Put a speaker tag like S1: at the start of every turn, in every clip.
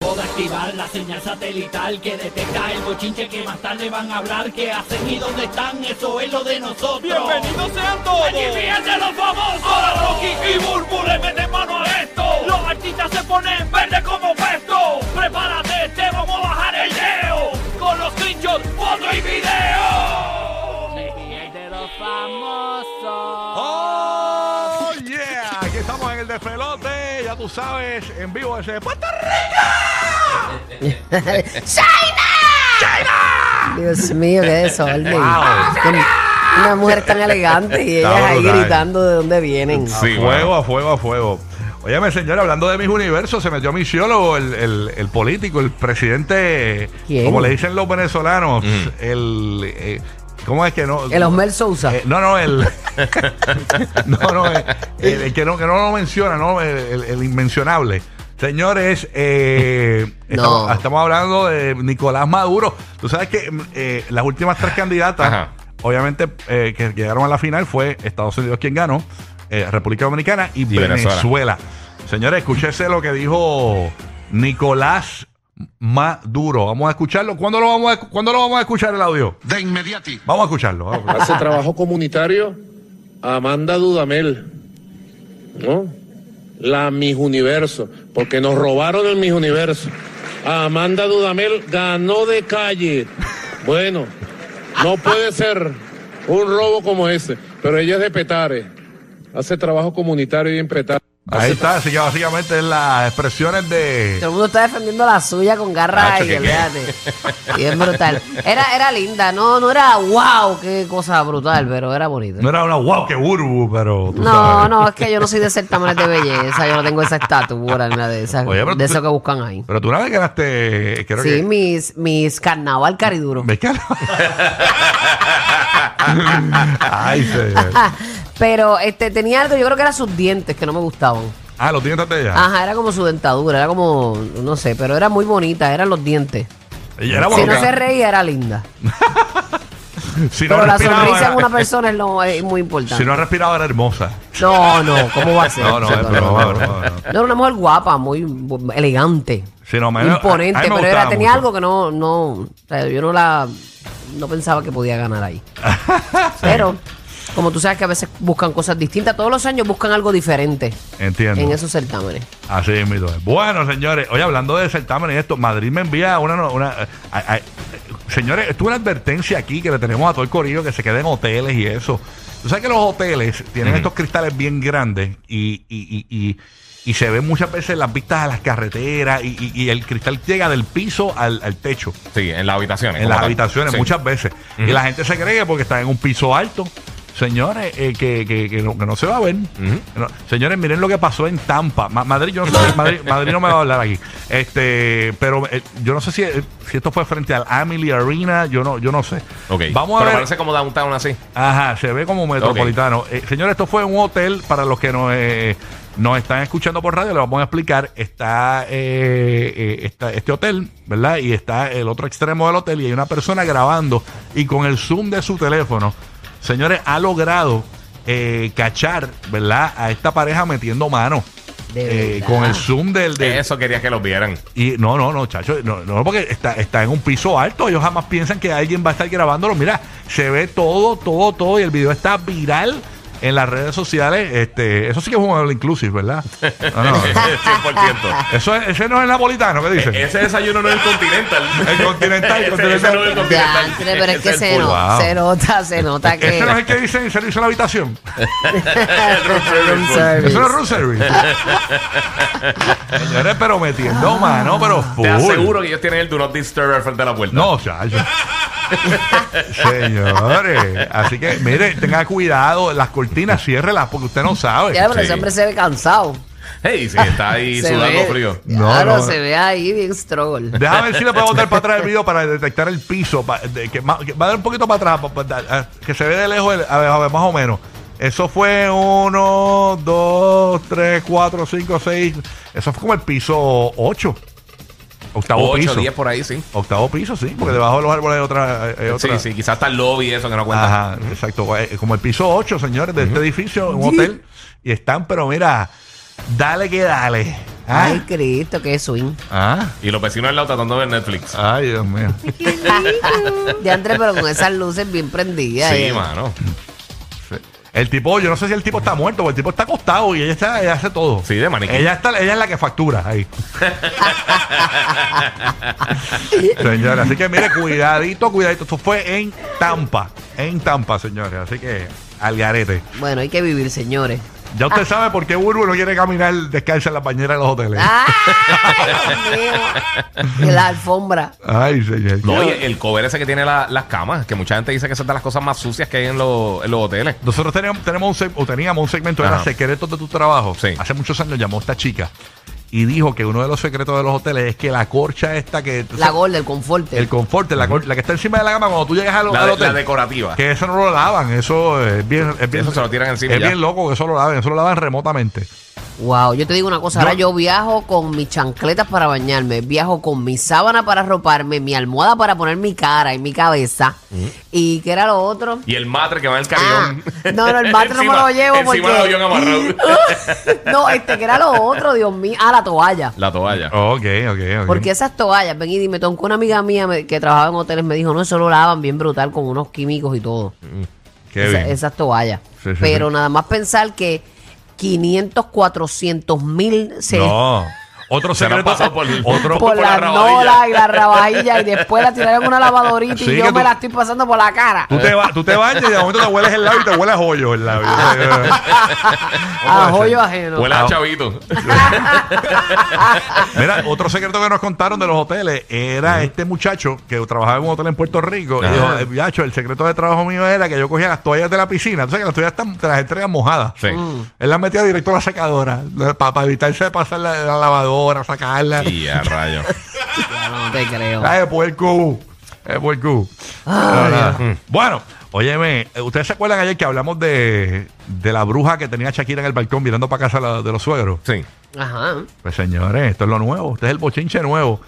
S1: Puedo activar la señal satelital que detecta el bochinche que más tarde van a hablar, que hacen y dónde están, eso es lo de nosotros.
S2: ¡Bienvenidos sean todos!
S1: ¡Aquí fíjense los famosos!
S2: Ahora Rocky y Burbu le meten mano a esto.
S1: Los artistas se ponen verde como puesto. Prepárate, te vamos a bajar el leo. Con los screenshots, foto y video. de los famosos.
S2: ¡Oh, yeah! Aquí estamos en el despelote, ya tú sabes, en vivo desde Puerto Rico.
S3: Dios mío, qué desorden. Una- Una mujer tan elegante y ellas
S2: Está
S3: ahí
S2: brutal.
S3: gritando de dónde vienen.
S2: a fuego, a fuego, a fuego. Óyeme, señor, hablando de mis universos, se metió misiólogo, el, el, el político, el presidente,
S3: ¿Quién?
S2: como le dicen los venezolanos, el... eh, ¿Cómo es que no?
S3: El Osmel Sousa.
S2: Eh, no, no, el. no, no, el, el- el que no, que no lo menciona, no, el, el- el inmencionable. Señores, eh, estamos, estamos hablando de Nicolás Maduro. Tú sabes que mm, eh, las últimas tres candidatas,
S4: Ajá.
S2: obviamente, eh, que llegaron a la final fue Estados Unidos quien ganó, eh, República Dominicana y, Venezuela.
S4: Venezuela.
S2: Señores, escúchese lo que dijo Nicolás Maduro. Vamos a escucharlo. ¿Cuándo lo vamos a, ¿cuándo lo vamos a escuchar el audio?
S5: De inmediati.
S2: Vamos a escucharlo. Vamos a escucharlo.
S6: hace trabajo comunitario Amanda Dudamel, ¿no? La Mis Universo, porque nos robaron el Mis Universo. Amanda Dudamel ganó de calle. Bueno, no puede ser un robo como ese, pero ella es de Petare. Hace trabajo comunitario y en Petare.
S2: Ahí está, así que básicamente es las expresiones de.
S3: Todo el mundo está defendiendo la suya con garra
S4: Macho,
S3: y
S4: ¿qué, qué?
S3: olvídate. Y es brutal. Era, era linda, no, no era wow, qué cosa brutal, pero era bonita.
S2: No era una wow, que burbu, pero. tú
S3: No,
S2: sabes.
S3: no, es que yo no soy de certámenes de belleza, yo no tengo esa estatura ni nada de esas,
S2: Oye, pero
S3: de
S2: tú-
S3: eso que buscan ahí.
S2: Pero tú una vez ganaste. Creo
S3: Sí,
S2: que.
S3: mis, mis carnaval cariduro.
S2: ¿Ves que- Ay, señor.
S3: Pero este tenía algo, yo creo que eran sus dientes que no me gustaban.
S2: Ah, lo tienes de ella.
S3: Ajá, era como su dentadura, era como, no sé, pero era muy bonita, eran los dientes.
S2: Ah, Ella era
S3: Si no
S2: boca.
S3: se reía, era linda.
S2: Si no
S3: Pero la
S2: respiraba,
S3: sonrisa en
S2: era-
S3: una persona es, lo- es muy importante.
S2: Si no respiraba, era hermosa.
S3: No, no, ¿cómo va a ser?
S2: No, no, es broma, es broma, no.
S3: No, era una mujer guapa, muy bu- elegante,
S2: Sí, no, me- a- a mí
S3: imponente,
S2: me
S3: pero era,
S2: gustaba
S3: tenía
S2: mucho.
S3: algo que no, no, o sea, yo no la, no pensaba que podía ganar ahí. Pero, como tú sabes que a veces buscan cosas distintas, todos los años buscan algo diferente
S2: Entiendo.
S3: en esos certámenes.
S2: Así es, mi dueño. Bueno, señores, hoy hablando de certamen y esto, Madrid me envía una. una eh, ay, ay, eh, señores, esto es una advertencia aquí que le tenemos a todo el corillo que se quede en hoteles y eso. Tú sabes que los hoteles tienen estos cristales bien grandes y, y, y, y, y se ven muchas veces las vistas a las carreteras y, y- y el cristal llega del piso al, al techo.
S4: Sí, en las habitaciones.
S2: En
S4: como
S2: las
S4: tal.
S2: habitaciones,
S4: Sí.
S2: muchas veces. Y la gente se cree que porque está en un piso alto. Señores, eh, que, que- que no, que no se va a ver. Que no- señores, miren lo que pasó en Tampa. Ma- Madrid, yo no sé, Madrid, Madrid no me va a hablar aquí. Este, pero eh, yo no sé si, eh, si esto fue frente al Amelie Arena, yo no, yo no sé.
S4: Ok.
S2: Vamos a
S4: Pero
S2: ver.
S4: parece como downtown así.
S2: Ajá, se ve como metropolitano. Eh, señores, esto fue un hotel para los que nos, eh, nos están escuchando por radio. Les vamos a explicar. Está, eh, eh, está este hotel, ¿verdad? Y está el otro extremo del hotel y hay una persona grabando y con el zoom de su teléfono, señores, ha logrado eh, cachar, ¿verdad? A esta pareja metiendo mano.
S3: De
S2: Eh,
S3: verdad.
S2: con el zoom del... del-
S4: Eso quería que los vieran.
S2: y no, no, no, chacho, no, no, porque está, está en un piso alto. Ellos jamás piensan que alguien va a estar grabándolo. Mira, se ve todo, todo, todo. Y el video está viral en las redes sociales. Este, eso sí que es un all inclusive, ¿verdad? No, no.
S4: 100%.
S2: Eso es- ese no es el napolitano, ¿qué
S4: E-
S2: dice?
S4: Ese desayuno no es el continental.
S2: El continental,
S4: Ese-
S2: continental.
S4: ese no es el
S3: Ya,
S4: continental.
S3: pero es que
S4: Ese
S3: se,
S4: el
S3: no-
S4: full.
S2: Wow.
S3: se nota, se nota que...
S2: Ese Este no es el que dice se lo hizo en la habitación.
S4: Room service
S3: Room
S4: full.
S3: service.
S2: Eso no es room service. Señores, pero metiendo mano, pero full.
S4: Te aseguro que ellos tienen el do not disturb al frente de la puerta.
S2: No, chacho. Señores, así que mire, tenga cuidado, las cortinas, ciérrelas, porque usted no sabe.
S3: Ya, pero ese
S4: Sí.
S3: hombre se ve cansado.
S4: Hey, sí, está ahí
S3: Se
S4: sudando
S3: ve-
S4: frío.
S3: Claro,
S2: No, no,
S3: se ve ahí bien struggle.
S2: Déjame ver si le puedo voltar para atrás el video para detectar el piso. pa- de- que, ma- que va a dar un poquito para atrás, pa- pa- da- a- que se ve de lejos, el- a, ver, a ver, más o menos. Eso fue uno, dos, tres, cuatro, cinco, seis. Eso fue como el piso 8. Octavo
S4: 8,
S2: piso.
S4: 10 por ahí, sí.
S2: Octavo piso, sí, porque debajo de los árboles hay otra. hay- hay otra.
S4: Sí, sí, quizás está el lobby y eso que no cuenta.
S2: Ajá, exacto. Eh, Como el piso 8, señores, de este edificio, un hotel. Y están, pero mira, dale que dale. Ah,
S3: Ay, Cristo, qué swing.
S2: ah,
S4: Y los vecinos al lado tratando de ver Netflix.
S2: ay, Dios mío.
S3: De Andrés, pero con esas luces bien prendidas.
S4: sí,
S3: eh.
S4: mano.
S2: El tipo, yo no sé si el tipo está muerto o el tipo está acostado y ella, está, ella hace todo.
S4: Sí, de maniquí.
S2: Ella, está, ella es la que factura ahí. señores, así que mire, cuidadito, cuidadito. Esto fue en Tampa, en Tampa, señores. Así que al garete.
S3: Bueno, hay que vivir, señores.
S2: Ya
S3: Ah.
S2: usted sabe por qué Burbu no quiere caminar descalza en la bañera de los hoteles.
S3: ¡Ay, Dios mío! La alfombra.
S2: Ay, señor.
S4: No, y el cover ese que tiene la- las camas, que mucha gente dice que son de las cosas más sucias que hay en, los- en los hoteles.
S2: Nosotros teníamos, tenemos un, seg- o teníamos un segmento, era
S4: Ajá.
S2: secretos de tu trabajo.
S4: Sí.
S2: Hace muchos años llamó esta chica y dijo que uno de los secretos de los hoteles es que la corcha esta que...
S3: La gorda, el confort.
S2: el confort, la, cor- la que está encima de la cama cuando tú llegas al,
S4: La,
S2: al
S4: de-
S2: hotel.
S4: la decorativa.
S2: que eso no lo lavan, eso es bien... Es bien
S4: Eso se lo tiran encima
S2: Es
S4: ya.
S2: bien loco que eso lo laven, eso lo lavan remotamente.
S3: Wow, yo te digo una cosa, ahora
S2: Yo-
S3: yo viajo con mis chancletas para bañarme, viajo con mi sábana para roparme, mi almohada para poner mi cara y mi cabeza.
S2: Mm.
S3: ¿Y qué era lo otro?
S4: Y el matre que va en el camión.
S3: Ah, no, no, el matre no me lo llevo
S4: encima
S3: porque-
S4: del avión amarrado.
S3: no, este, que era lo otro, Dios mío? Ah, la toalla.
S4: la toalla.
S2: Ok, ok, ok.
S3: Porque esas toallas, ven y dime, Tonco, una amiga mía me- que trabajaba en hoteles me dijo, no, eso lo lavan bien brutal con unos químicos y todo.
S2: Qué
S3: Esa-
S2: bien.
S3: Esas toallas.
S2: Sí, sí,
S3: Pero
S2: sí.
S3: nada más pensar que 500, 400 mil se...
S2: No. Otro
S4: Se la han
S2: secreto...
S4: pasado por-
S2: otro,
S3: por,
S4: por
S3: la
S4: la rabadilla.
S3: nola y la rabajilla y después la tiraron en una lavadorita
S2: Sí,
S3: y yo
S2: que
S3: me
S2: tú-
S3: la estoy pasando por la cara.
S2: Tú te, ba- tú te bañas y de momento te hueles el labio y te hueles hoyo el labio.
S3: A joyo ajeno.
S4: Huele a chavito.
S2: Mira, otro secreto que nos contaron de los hoteles era este muchacho que trabajaba en un hotel en Puerto Rico. Y
S4: Ajá.
S2: dijo, "Eh, muchacho, el secreto de trabajo mío era que yo cogía las toallas de la piscina. Tú sabes que las toallas están- te las entregan mojadas.
S4: Sí.
S2: Él las metía directo a la secadora para evitarse de pasar la, la lavadora, sacarla.
S4: Y a rayo.
S3: Ya no te creo.
S2: Ay, puerco. Es puerco. No, nada.
S4: Mm.
S2: Bueno, óyeme, eh, ¿ustedes se acuerdan ayer que hablamos de, de la bruja que tenía Shakira en el balcón mirando para casa la- de los suegros?
S4: Sí.
S3: Ajá.
S2: Pues señores, esto es lo nuevo. Este es el bochinche nuevo.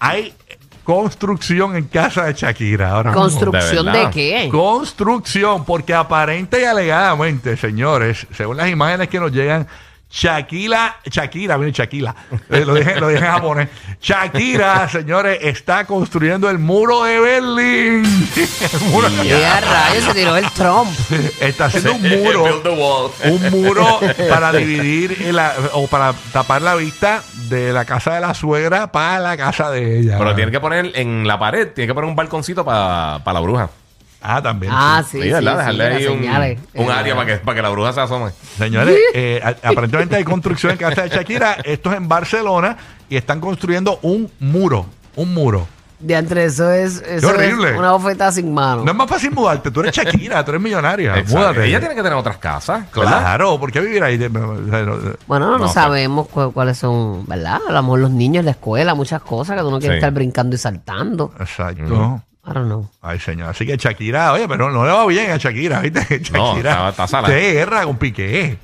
S2: Hay construcción en casa de Shakira ahora mismo.
S3: ¿Construcción
S4: de
S3: de,
S4: verdad.
S3: qué?
S2: Construcción, porque aparente y alegadamente, señores, según las imágenes que nos llegan, Shakira, Shakira, miren, Shakira, eh, lo dije, lo dije en japonés. Shakira, señores, está construyendo el muro de Berlín. El muro-
S3: Ya rayos se tiró el Trump.
S2: está haciendo un
S4: Build the
S2: muro
S4: wall.
S2: un muro para dividir la- o para tapar la vista de la casa de la suegra para la casa de ella.
S4: Pero tiene que poner en la pared, tiene que poner un balconcito para la bruja.
S2: Ah, también.
S3: Ah,
S2: sí.
S3: sí,
S4: Sí,
S3: sí,
S4: ¿verdad?
S3: sí,
S4: Dejarle
S3: las
S4: ahí un,
S3: señales.
S4: un
S3: Eh,
S4: área para que, para que la bruja se asome.
S2: Señores, eh, a- aparentemente hay construcción en casa de Shakira. Esto es en Barcelona y están construyendo un muro. Un muro.
S3: De entre eso es, eso es
S2: horrible.
S3: una bofeta sin mano.
S2: No es más fácil mudarte. Tú eres Shakira, tú eres millonaria.
S4: Exacto.
S2: Múdate.
S4: Ella tiene que tener otras casas, ¿verdad?
S2: Claro, ¿por qué vivir ahí? De- de- de- de-
S3: bueno, no,
S4: No, pues.
S3: sabemos cu- cuáles son, ¿verdad? A lo mejor los niños, la escuela, muchas cosas que tú no quieres
S4: Sí.
S3: estar brincando y saltando.
S2: Exacto.
S3: I don't know.
S2: Ay, señor. Así que Shakira, oye, pero no le va bien a Shakira, ¿viste?
S4: No,
S2: Shakira.
S4: está- está salada.
S2: Se guerra con Piqué.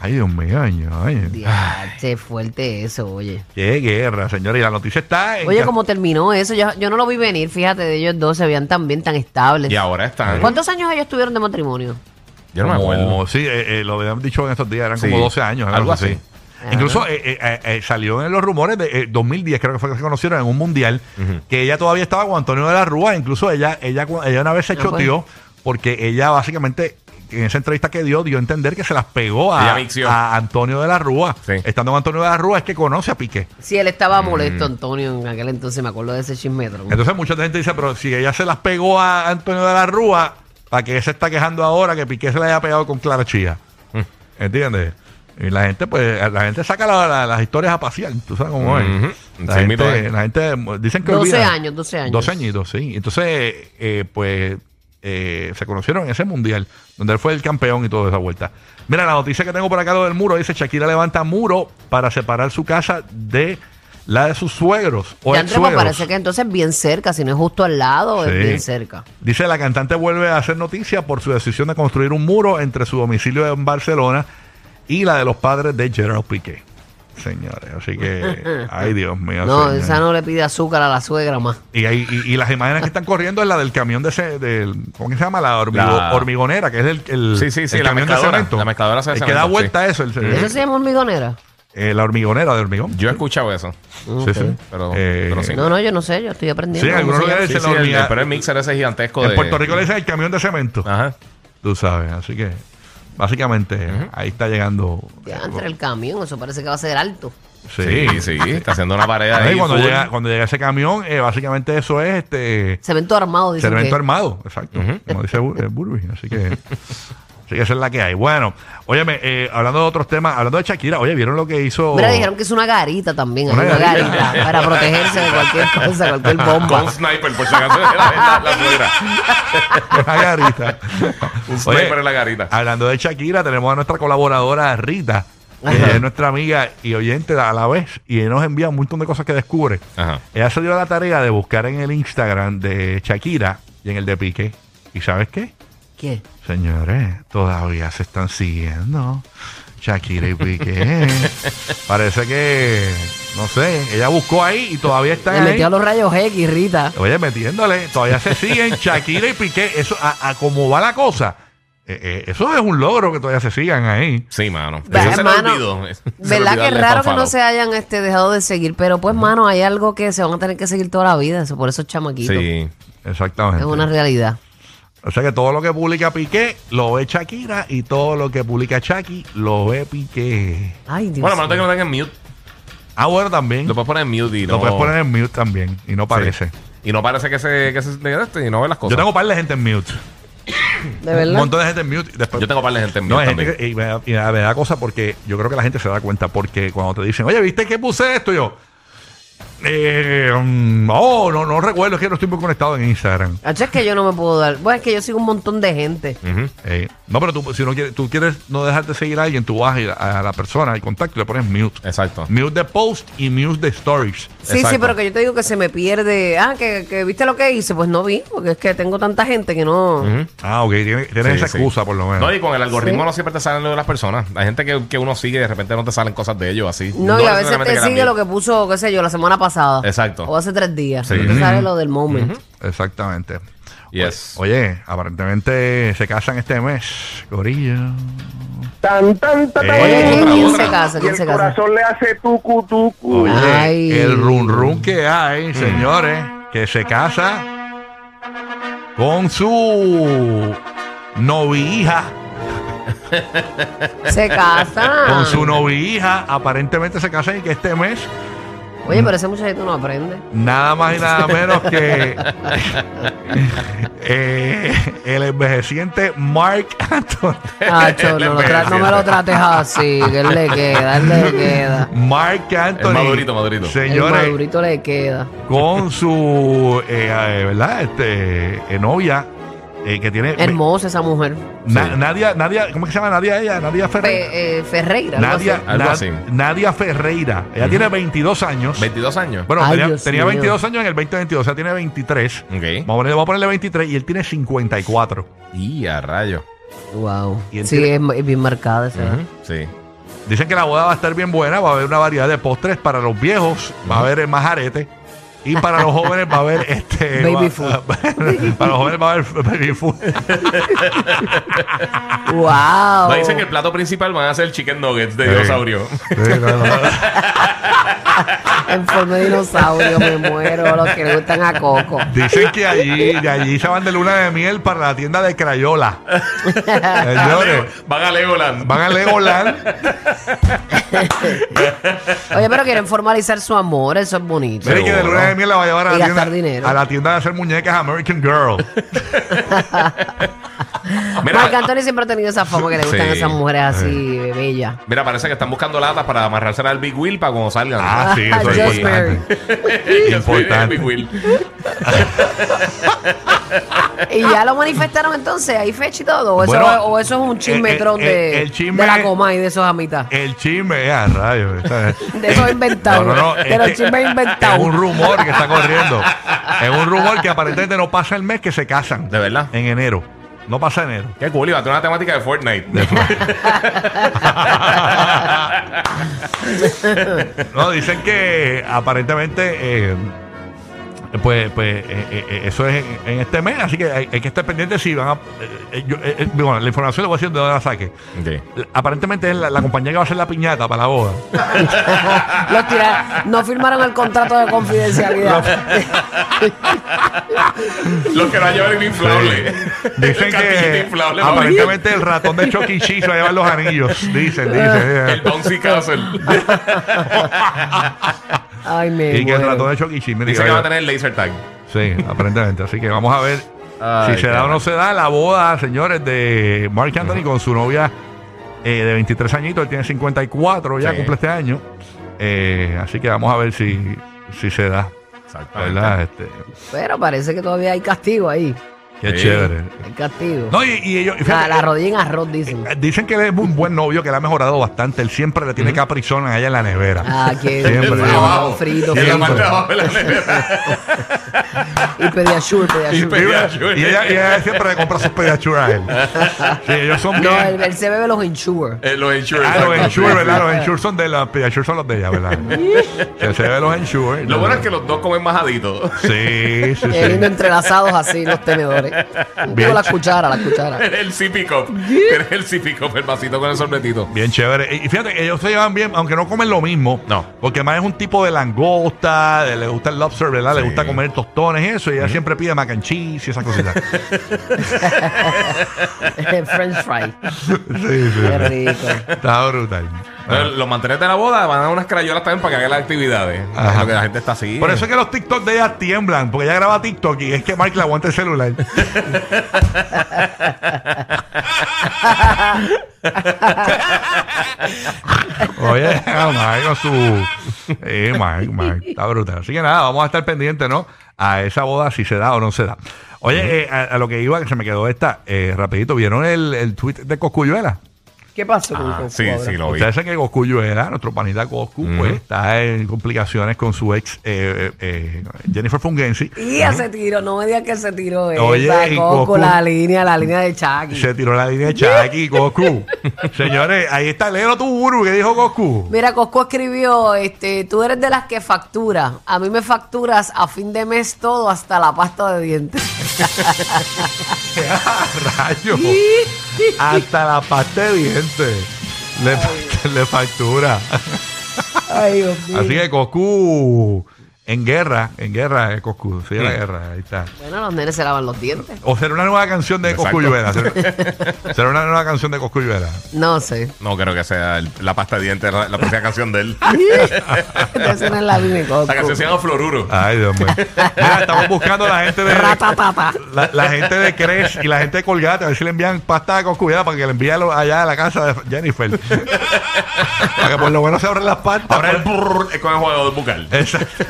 S2: Ay, Dios mío, año, ay.
S3: Diache, fuerte eso, oye.
S2: Qué guerra, señores. Y la noticia está en.
S3: Oye,
S2: que-
S3: cómo terminó eso. Yo, yo no lo vi venir, fíjate, de ellos dos se veían tan bien, tan estables.
S4: Y ahora ah, están.
S3: ¿Cuántos años ellos tuvieron de matrimonio?
S4: Yo no me
S2: como-
S4: acuerdo.
S2: Sí, eh, eh, lo habían dicho en estos días, eran
S4: Sí.
S2: como 12 años.
S4: Algo
S2: cosa
S4: así.
S2: Incluso eh, eh, eh, eh, salió en los rumores de eh, 2010, creo que fue que se conocieron en un mundial, que ella todavía estaba con Antonio de la Rúa. Incluso ella, ella, cu- ella una vez se
S3: Ah, pues.
S2: choteó porque ella básicamente. En esa entrevista que dio, dio a entender que se las pegó
S4: Ella
S2: a,
S4: mixió.
S2: a Antonio de la Rúa.
S4: Sí.
S2: Estando con Antonio de la Rúa es que conoce a Piqué.
S3: Sí, él estaba
S4: Mm.
S3: molesto, Antonio, en aquel entonces, me acuerdo de ese chismetro.
S2: Entonces mucha gente dice, pero si ella se las pegó a Antonio de la Rúa, ¿para qué se está quejando ahora que Piqué se la haya pegado con Clara Chía?
S4: Mm.
S2: ¿Entiendes? Y la gente, pues, la gente saca la- la- las historias a pasear, tú sabes cómo
S4: Ujú.
S2: es. La,
S4: Sí,
S2: gente,
S4: mito es.
S2: la gente, dicen que
S3: 12
S2: olvida.
S3: años, 12 años.
S2: 12 añitos, sí. Entonces, eh, pues, eh, se conocieron en ese mundial, donde él fue el campeón y toda esa vuelta. Mira, la noticia que tengo por acá, lo del muro, dice Shakira levanta muro para separar su casa de la de sus suegros o
S3: Ya
S2: exsuegros.
S3: entremos, parece que entonces bien cerca, si no es justo al lado,
S2: Sí.
S3: es bien cerca.
S2: Dice la cantante vuelve a hacer noticia por su decisión de construir un muro entre su domicilio en Barcelona y la de los padres de Gerard Piqué. Señores, así que, ay Dios mío.
S3: No,
S2: señor.
S3: esa no le pide azúcar a la suegra más.
S2: Y, hay- y- y las imágenes que están corriendo es la del camión de ese, del, ¿cómo que se llama? La, hormigo-
S4: La-
S2: hormigonera, que es el, el-
S4: Sí, sí, sí,
S2: el
S4: la
S2: camión
S4: mezcladora,
S2: de cemento.
S4: la mezcladora hace
S2: El que
S4: cemento,
S2: da
S4: sí.
S2: vuelta eso, el-
S3: ¿Eso se llama hormigonera?
S2: eh, la hormigonera de hormigón.
S4: Yo he escuchado eso.
S2: Sí, sí.
S4: Pero-
S2: Eh,
S4: pero sí.
S3: No, no, yo no sé, yo estoy aprendiendo.
S2: Sí, en
S3: ¿Cómo
S2: algunos
S3: se llama?
S2: lugares- Esa
S4: Sí,
S2: es
S4: sí,
S2: la
S4: el,
S2: hormiga-
S4: el- pero el mixer ese gigantesco de... Ah,
S2: En Puerto Rico le dicen el camión de cemento.
S4: Ajá.
S2: Tú sabes, así que básicamente ahí está llegando.
S3: Ya, entre el camión, eso parece que va a ser alto.
S2: Sí,
S4: Sí, sí, Está haciendo una pared
S2: Ahí
S4: ahí.
S2: cuando,
S4: full.
S2: llega, cuando llega ese camión, eh, básicamente eso es este
S3: Cemento armado, dice.
S2: cemento armado, exacto, como dice Bur- eh, Burby. Así que, así que esa es la que hay. Bueno, óyeme, eh, hablando de otros temas, hablando de Shakira, oye, ¿vieron lo que hizo?
S3: Mira, dijeron que es una garita también, hay
S2: Una
S3: una,
S2: garita.
S3: garita, para protegerse de cualquier cosa, cualquier bomba.
S4: Con sniper, por si acaso. la, la, la suegra.
S2: Una garita.
S4: Un sniper en la garita.
S2: Hablando de Shakira, tenemos a nuestra colaboradora Rita, que
S3: Ajá.
S2: ella es nuestra amiga y oyente a la vez, y ella nos envía un montón de cosas que descubre.
S4: Ajá.
S2: Ella se dio la tarea de buscar en el Instagram de Shakira y en el de Piqué. ¿Y sabes qué?
S3: ¿Qué?
S2: Señores, todavía se están siguiendo. Shakira y Piqué. Parece que, no sé, ella buscó ahí y todavía
S3: Le
S2: está en
S3: metió a los rayos X, Rita.
S2: Oye, metiéndole, todavía se siguen Shakira y Piqué. Eso, a, a cómo va la cosa, eh, eh, eso es un logro que todavía se sigan ahí.
S4: Sí, mano.
S3: Ve,
S4: Eso se le
S3: hermano,
S4: olvidó. Se le
S3: ¿Verdad
S4: olvidó
S3: que es
S4: darle
S3: raro que
S4: fanfalo.
S3: no se hayan este, dejado de seguir? Pero pues, mano, hay algo que se van a tener que seguir toda la vida, eso por esos chamaquitos.
S4: Sí.
S2: Exactamente.
S3: Es una realidad.
S2: O sea que todo lo que publica Piqué lo ve Shakira y todo lo que publica Shaki lo ve Piqué.
S3: Ay, Dios.
S4: Bueno, a menos que
S3: mío.
S4: no tenga en mute.
S2: Ah, bueno, también.
S4: Lo
S2: Lo,
S4: puedes poner en mute y no...
S2: puedes poner en mute también y no parece.
S4: Sí. Y no parece que se... Que se de esto y no ve las
S2: Yo
S4: cosas.
S2: tengo par de gente en mute.
S3: De
S2: Un
S3: verdad.
S2: montón de gente en mute. y Después,
S4: Yo tengo par de gente en mute
S2: No, hay
S4: también.
S2: gente que, y, me, da- y me da- me da cosa porque yo creo que la gente se da cuenta porque cuando te dicen, oye, ¿viste que puse esto? Y Yo, eh, mm, oh, no, no recuerdo, es que no estoy muy conectado en Instagram.
S3: Acho, es que yo no me puedo dar. Bueno, es que yo sigo un montón de gente.
S4: Ujú.
S2: Eh, no, pero tú, si no quieres, tú quieres no dejar de seguir a alguien, tú vas y- a la persona, al contacto y le pones mute.
S4: Exacto.
S2: Mute de post y mute de stories.
S3: Sí, sí,
S4: Exacto.
S3: pero que yo te digo que se me pierde. Ah, que, que viste lo que hice. Pues no vi, porque es que tengo tanta gente que no.
S2: Ah, ok, tienes, tienes
S4: Sí,
S2: esa
S4: sí.
S2: excusa por lo menos.
S4: No, y con el algoritmo no siempre te salen lo de las personas. Hay gente que, que uno sigue y de repente no te salen cosas de ellos así.
S3: No, y a veces
S4: necesariamente
S3: te sigue lo
S4: eran
S3: que puso, qué sé yo, la semana pasada.
S4: Exacto.
S3: O hace tres días.
S4: Sí.
S3: No te sale lo del moment.
S2: Exactamente.
S4: Yes.
S2: Oye, aparentemente se casan este mes, Corillo. Eh,
S5: Tan, tan, tan, tan.
S3: Oye, ¿quién,
S4: Eh, otra,
S3: quién
S4: otra.
S3: se casa?
S5: Y
S3: ¿Quién
S5: el
S3: se casa?
S5: corazón le hace tucu, tucu.
S2: Oye,
S3: Ay.
S2: el run run que hay, señores, que se casa con su novija,
S3: Se casa.
S2: con su novija, aparentemente se casan y que este mes
S3: Oye, pero ese muchachito no aprende.
S2: nada más y nada menos que eh, el envejeciente Mark Anthony.
S3: Acho, no, lo tra- no me lo trates así, que él le queda, él le queda.
S2: Mark Anthony.
S4: madurito, madurito.
S3: El
S2: Señores,
S3: madurito le queda.
S2: con su eh, eh, ¿verdad? Este, eh, novia eh, que tiene
S3: Hermosa esa mujer.
S2: Na-
S4: Sí.
S2: Nadia, Nadia, ¿cómo que se llama Nadia ella? Nadia Ferreira.
S3: Fe- eh, Ferreira. algo
S2: Nadia,
S3: así.
S4: Algo
S2: Na-
S4: así.
S2: Nadia Ferreira. Ella tiene 22 años.
S4: 22 años.
S2: Bueno,
S3: Ay,
S2: tenía,
S3: Dios
S2: tenía
S3: mío.
S2: 22 años en el 2022, o sea, tiene 23.
S4: Ok.
S2: Vamos a, ponerle, vamos a ponerle 23 y él tiene 54.
S4: Y a rayo.
S3: Wow.
S2: Y él
S3: Sí,
S2: tiene-
S3: es, ma- es bien ¿eh? marcada esa. edad.
S4: Ujú. Sí.
S2: Dicen que la boda va a estar bien buena, va a haber una variedad de postres para los viejos, va a haber eh, más arete. Y para los jóvenes va a haber este.
S3: Baby
S2: va-
S3: food.
S2: para los jóvenes va a haber baby food.
S3: Wow.
S2: Ah.
S3: Oh.
S4: No, dicen que el plato principal van a ser chicken nuggets de
S2: Sí.
S4: dinosaurio.
S3: En forma de dinosaurio, me muero. Los que le gustan a Coco.
S2: Dicen que allí, de allí se van de luna de miel para la tienda de Crayola. Señores.
S4: Ah, Van a Legoland.
S2: Van a Legoland.
S3: Oye, pero quieren formalizar su amor, eso es bonito.
S2: Mire que de luna de miel la va a llevar a
S3: Y
S2: la
S3: gastar
S2: tienda,
S3: dinero.
S2: a la tienda de hacer muñecas American Girl.
S4: Mira,
S3: Marc Anthony siempre ha tenido esa fama que le gustan
S4: Sí.
S3: esas mujeres así, bellas.
S4: Mira, parece que están buscando latas para amarrársela al Big Wheel para cuando salgan.
S2: Ah, sí, eso es
S3: Just
S2: importante.
S4: Importante.
S2: Importante.
S3: Y ya lo manifestaron entonces, hay fecha y todo. O eso,
S2: Bueno,
S3: o eso es un chismetrón
S2: eh, eh,
S3: de,
S2: el chisme-
S3: de la coma y de esos a mitad.
S2: El chisme, eh, a rayos. está-
S3: De esos inventados. de los
S2: este-
S3: chismes inventados.
S2: Es un rumor que está corriendo. es un rumor que aparentemente no pasa el mes que se casan.
S4: ¿De verdad?
S2: En enero. No pasa enero.
S4: Qué cool, iba a tener una temática de Fortnite.
S2: No, dicen que aparentemente, eh, pues, pues eh, eh, eso es en, en este mes, así que hay, hay que estar pendiente si van a... eh, eh, yo, eh, eh, bueno, la información le voy a decir de dónde la saque.
S4: Sí.
S2: Aparentemente es la, la compañía que va a hacer la piñata para la boda.
S3: Los tira- no firmaron el contrato de confidencialidad.
S4: Los que no llevan el inflable.
S2: Dicen
S4: El cartillito
S2: que
S4: inflable, mami.
S2: aparentemente el ratón de Chucky Cheese va a llevar los anillos. Dicen, dicen.
S4: El Bouncy Castle.
S2: Ah,
S3: Ay, me
S2: Y que el
S3: muero.
S2: ratón de Chucky Cheese. mira,
S4: Dice
S2: que
S4: que va
S2: va
S4: a tener laser tag.
S2: a- Sí, aparentemente. Así que vamos a ver
S4: Ay,
S2: si se da o
S4: cabrón.
S2: no se da la boda, señores, de Mark Anthony con su novia eh, de 23 añitos. Él tiene 54, ya
S4: Sí.
S2: cumple este año. Eh, así que vamos a ver si, si se da. ¿Verdad?
S4: Exactamente.
S2: Este,
S3: Pero parece que todavía hay castigo ahí.
S2: qué
S4: Sí.
S2: chévere.
S3: Hay castigo.
S2: No, y, y ellos. y
S3: la,
S2: fíjate,
S3: la rodilla en arroz, dicen.
S2: eh, Dicen que él es un buen novio, que le ha mejorado bastante. Él siempre le tiene caprizón a ella en la nevera.
S3: Ah, que
S2: Siempre.
S3: frito,
S2: Abajo.
S3: frito,
S4: Y en
S3: frito.
S4: la parte de abajo de la nevera.
S3: Y pedía shur, pedía
S4: Y
S3: shur.
S2: Y, ella-
S4: Pediasure.
S2: y ella, y ella siempre le compra sus pediasure a él. Sí, ellos son
S3: No,
S2: bien-
S3: él, él se bebe los insure.
S4: Eh, Los insurance.
S2: Ah, los
S4: exacto.
S2: Ensure, ¿verdad? Los Ensure son de la Pediasure son los de ella, ¿verdad? que se ve los Ensure.
S4: Lo bueno es que los dos comen majaditos.
S2: Sí, sí,
S3: Qué lindo
S2: sí.
S3: entrelazados así los tenedores. Digo
S2: Bien.
S3: la cuchara, la cuchara.
S4: El sippy cup. Tienes el sippy cup, el vasito con el sorbetito.
S2: Bien chévere. Y fíjate, ellos se llevan bien, aunque no comen lo mismo.
S4: No.
S2: Porque más es un tipo de langosta, de- le gusta el lobster, ¿verdad? Le
S4: Sí.
S2: gusta comer tostones y eso. Y ella siempre pide mac and cheese y esas cositas.
S3: French fry.
S2: sí, sí.
S3: Qué
S2: sí.
S3: rico.
S2: Está brutal.
S4: Pero Los manteles de la boda van a dar unas crayolas también para que hagan las actividades.
S2: Ajá.
S4: Lo que la gente está así.
S2: Por eso es que los TikTok de ella tiemblan, porque ella graba TikTok y es que Mike le aguanta el celular. Oye, a Mike con su. Eh, Mike, Mike, está brutal. Así que nada, vamos a estar pendientes, ¿no? A esa boda, si se da o no se da. Oye, eh, a, a lo que iba, que se me quedó esta, eh, rapidito, ¿vieron el, el tweet de Coscuyuela?
S3: ¿Qué pasó con
S4: Ah,
S3: con
S4: sí,
S3: Cobra?
S4: sí, lo vi.
S2: Ustedes saben que Coscuyuela, nuestro panita Coscu, pues está en complicaciones con su ex eh, eh, Jennifer Fungensi.
S3: Y ese tiro, no me digas que se tiró él.
S2: Oye, y
S3: sacó
S2: Goku-
S3: con la línea, la línea de Chucky.
S2: Se tiró la línea de Chucky, Coscu. Señores, ahí está, léelo tu guru que dijo Coscu.
S3: Mira, Cosco escribió, este, tú eres de las que factura. A mí me facturas a fin de mes todo hasta la pasta de dientes.
S2: ¡Ah, rayo! Hasta la pasta de dientes le, le factura.
S3: Ay, Dios mío.
S2: Así que Coscu en guerra, en guerra, eh, Coscu. Sí, la guerra, ahí está.
S3: Bueno, los nenes se lavan los dientes.
S2: O será una nueva canción de
S4: Exacto.
S2: Coscuyuela. Será será una nueva canción de Coscuyuela.
S3: No sé.
S4: No creo que sea el- la pasta de dientes, la, la próxima canción de él.
S3: Entonces no es la línea de Cosco.
S4: La canción se llama Floruro.
S2: Ay, Dios mío. Mira, estamos buscando a la gente de.
S3: Ratatata.
S2: La, la gente de Cres y la gente de Colgate, a ver si le envían pasta con cuidado para que le envíen lo- allá a la casa de Jennifer. para que por lo menos se abran las pastas.
S4: Ahora el brrr es con el juego bucal.
S2: Exacto.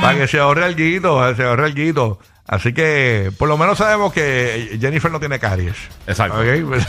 S2: para que se ahorre el guito, se ahorre el guito. Así que por lo menos sabemos que Jennifer no tiene caries.
S4: Exacto.
S2: ¿Ok? Pues,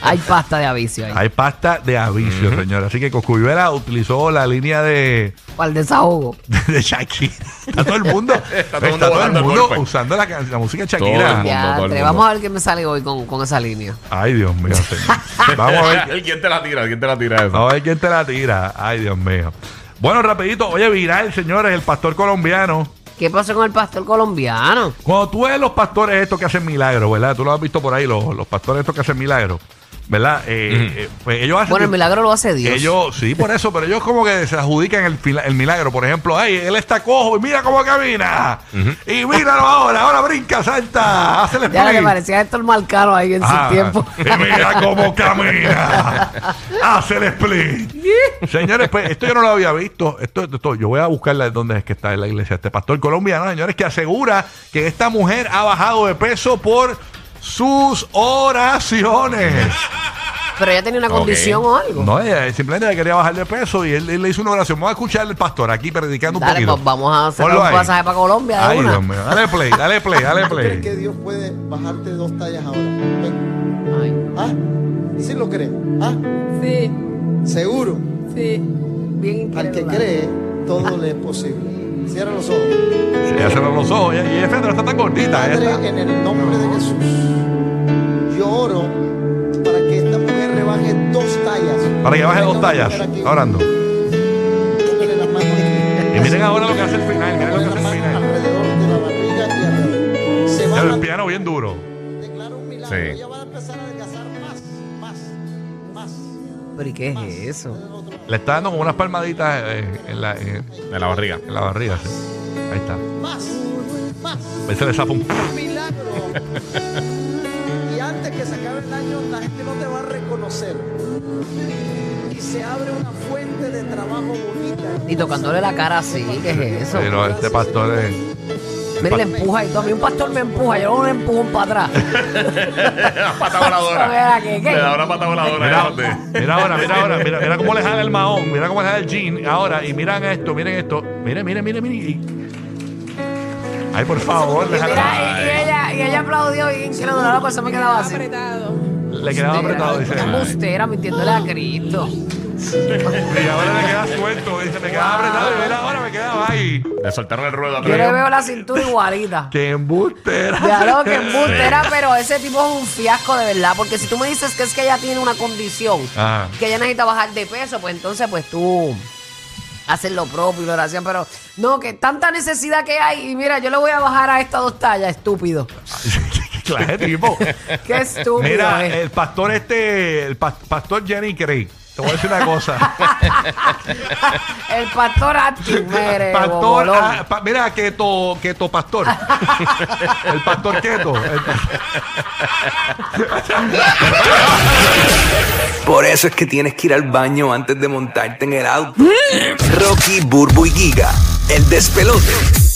S3: Hay pasta de aviso ahí.
S2: Hay pasta de aviso, señor. Así que Coscuyuela utilizó la línea de,
S3: ¿Cuál desahogo?
S2: de Shakira. Está todo el mundo, está todo, el
S4: botando el
S2: mundo
S4: golpe.
S2: usando la, can- la música de
S4: Todo el
S2: Shakira.
S4: mundo.
S3: Ya,
S4: todo el mundo.
S3: vamos a ver qué me sale hoy con, con esa línea.
S2: Ay, Dios mío, señor. Vamos a ver,
S4: ¿Quién te la tira? ¿Quién te la tira eso?
S2: vamos a ver quién te la tira. Ay, Dios mío. Bueno, rapidito, oye, viral, señores, el pastor colombiano.
S3: ¿Qué pasó con el pastor colombiano?
S2: Cuando tú ves los pastores estos que hacen milagros, ¿verdad? Tú lo has visto por ahí, los, los pastores estos que hacen milagros. ¿verdad? Eh, eh, pues ellos hacen
S3: Bueno, el milagro lo hace Dios.
S2: ellos, sí, por eso, pero ellos como que se adjudican el, fila- el milagro. Por ejemplo, ay, él está cojo y mira cómo camina. Y míralo ahora, ahora brinca, salta, hace el
S3: ya le
S2: split.
S3: parecía a Héctor Marcano ahí en
S2: Ah,
S3: su tiempo.
S2: Y mira cómo camina. Hace el split. Señores, pues esto yo no lo había visto. Esto, esto- yo voy a buscarla dónde es que está en la iglesia. Este pastor colombiano, señores, que asegura que esta mujer ha bajado de peso por sus oraciones.
S3: Pero ella tenía una
S4: Ok.
S3: condición o algo.
S2: No, ella simplemente le quería bajar de peso y él, él le hizo una oración. Vamos a escuchar al pastor aquí predicando un
S3: Dale,
S2: poquito.
S3: pues vamos a hacer un
S2: Ponlo ahí.
S3: pasaje para Colombia de
S2: Ay,
S3: una.
S2: Dios mío. Dale play, dale play, dale
S7: ¿Tú crees
S2: play.
S7: que Dios puede bajarte dos tallas ahora? Ven.
S3: Ay,
S7: ¿Ah? ¿Sí lo crees? ¿Ah? Sí. ¿Seguro?
S3: bien
S7: Al que
S3: increíble.
S7: cree, todo le es posible. Cierra los ojos.
S2: Sí, ya cerró los ojos. Y ella Efra, está tan gordita. ella está-
S7: Padre, en el nombre de Jesús, yo oro para que esta mujer rebaje dos tallas.
S2: Para que baje dos
S7: Venga,
S2: tallas.
S7: mujer, aquí.
S2: Está orando.
S7: Póngale las manos aquí.
S2: Y miren ahora lo que hace el final. Miren lo que hace
S7: Póngale las
S2: el
S7: manos
S2: final.
S7: alrededor de la barriga y alrededor. Se va
S2: El
S7: a
S2: piano bien duro.
S7: declarar un milagro.
S4: Sí.
S7: Ella va a empezar a adelgazar más, más, más.
S3: ¿Pero y qué es eso?
S2: Le está dando como unas palmaditas eh, en, la, eh,
S4: De la barriga.
S2: en la barriga. sí. Ahí está.
S7: más, más,
S2: A veces le zapa un.
S7: milagro. y antes que se acabe el año, la gente no te va a reconocer. Y se abre una fuente de trabajo bonita.
S3: Y tocándole la cara así, ¿qué es eso?
S2: Pero este pastor es.
S3: Mira, y le empuja y todo. A mí un pastor me empuja, yo no le empujo para atrás.
S4: Una pata voladora.
S3: Mira, ¿qué, qué?
S4: Le da una pata voladora. ¿eh?
S2: Mira,
S4: adelante.
S2: mira ahora, mira ahora, mira, mira cómo le jala el mahón, mira cómo le jala el jean ahora, y miran esto, miren esto, miren, miren, miren, miren. y- Ay, por favor, le, jala-
S3: Mira, y, y ella, y ella aplaudió y incrédula, loco, eso me quedaba así. eh,
S2: le quedaba apretado, dice.
S3: Una
S2: Y
S3: bustera mintiéndole a Cristo.
S2: ahora le queda suelto, dice, me quedaba apretado, y mira ahora me quedaba ahí.
S4: Le soltaron el ruedo
S3: Yo
S4: atrás.
S3: le veo la cintura igualita.
S2: ¡Qué embustera!
S3: Ya lo que embustera, pero ese tipo es un fiasco de verdad. Porque si tú me dices que es que ella tiene una condición,
S2: Ajá.
S3: que ella necesita bajar de peso, pues entonces pues tú haces lo propio y la oración. Pero no, que tanta necesidad que hay. Y mira, yo le voy a bajar a estas dos tallas, estúpido.
S2: Claro, tipo.
S3: Qué estúpido. eh.
S2: Mira, eh.
S3: es.
S2: el pastor este, el pas- pastor Jenny Craig, te voy a decir una cosa.
S3: El pastor Atkins, mire,
S2: Pastor,
S3: bobolón.
S2: ah, pa- mira, keto, keto pastor. el pastor keto. El pastor.
S8: Por eso es que tienes que ir al baño antes de montarte en el auto. Rocky, Burbu y Giga, el despelote.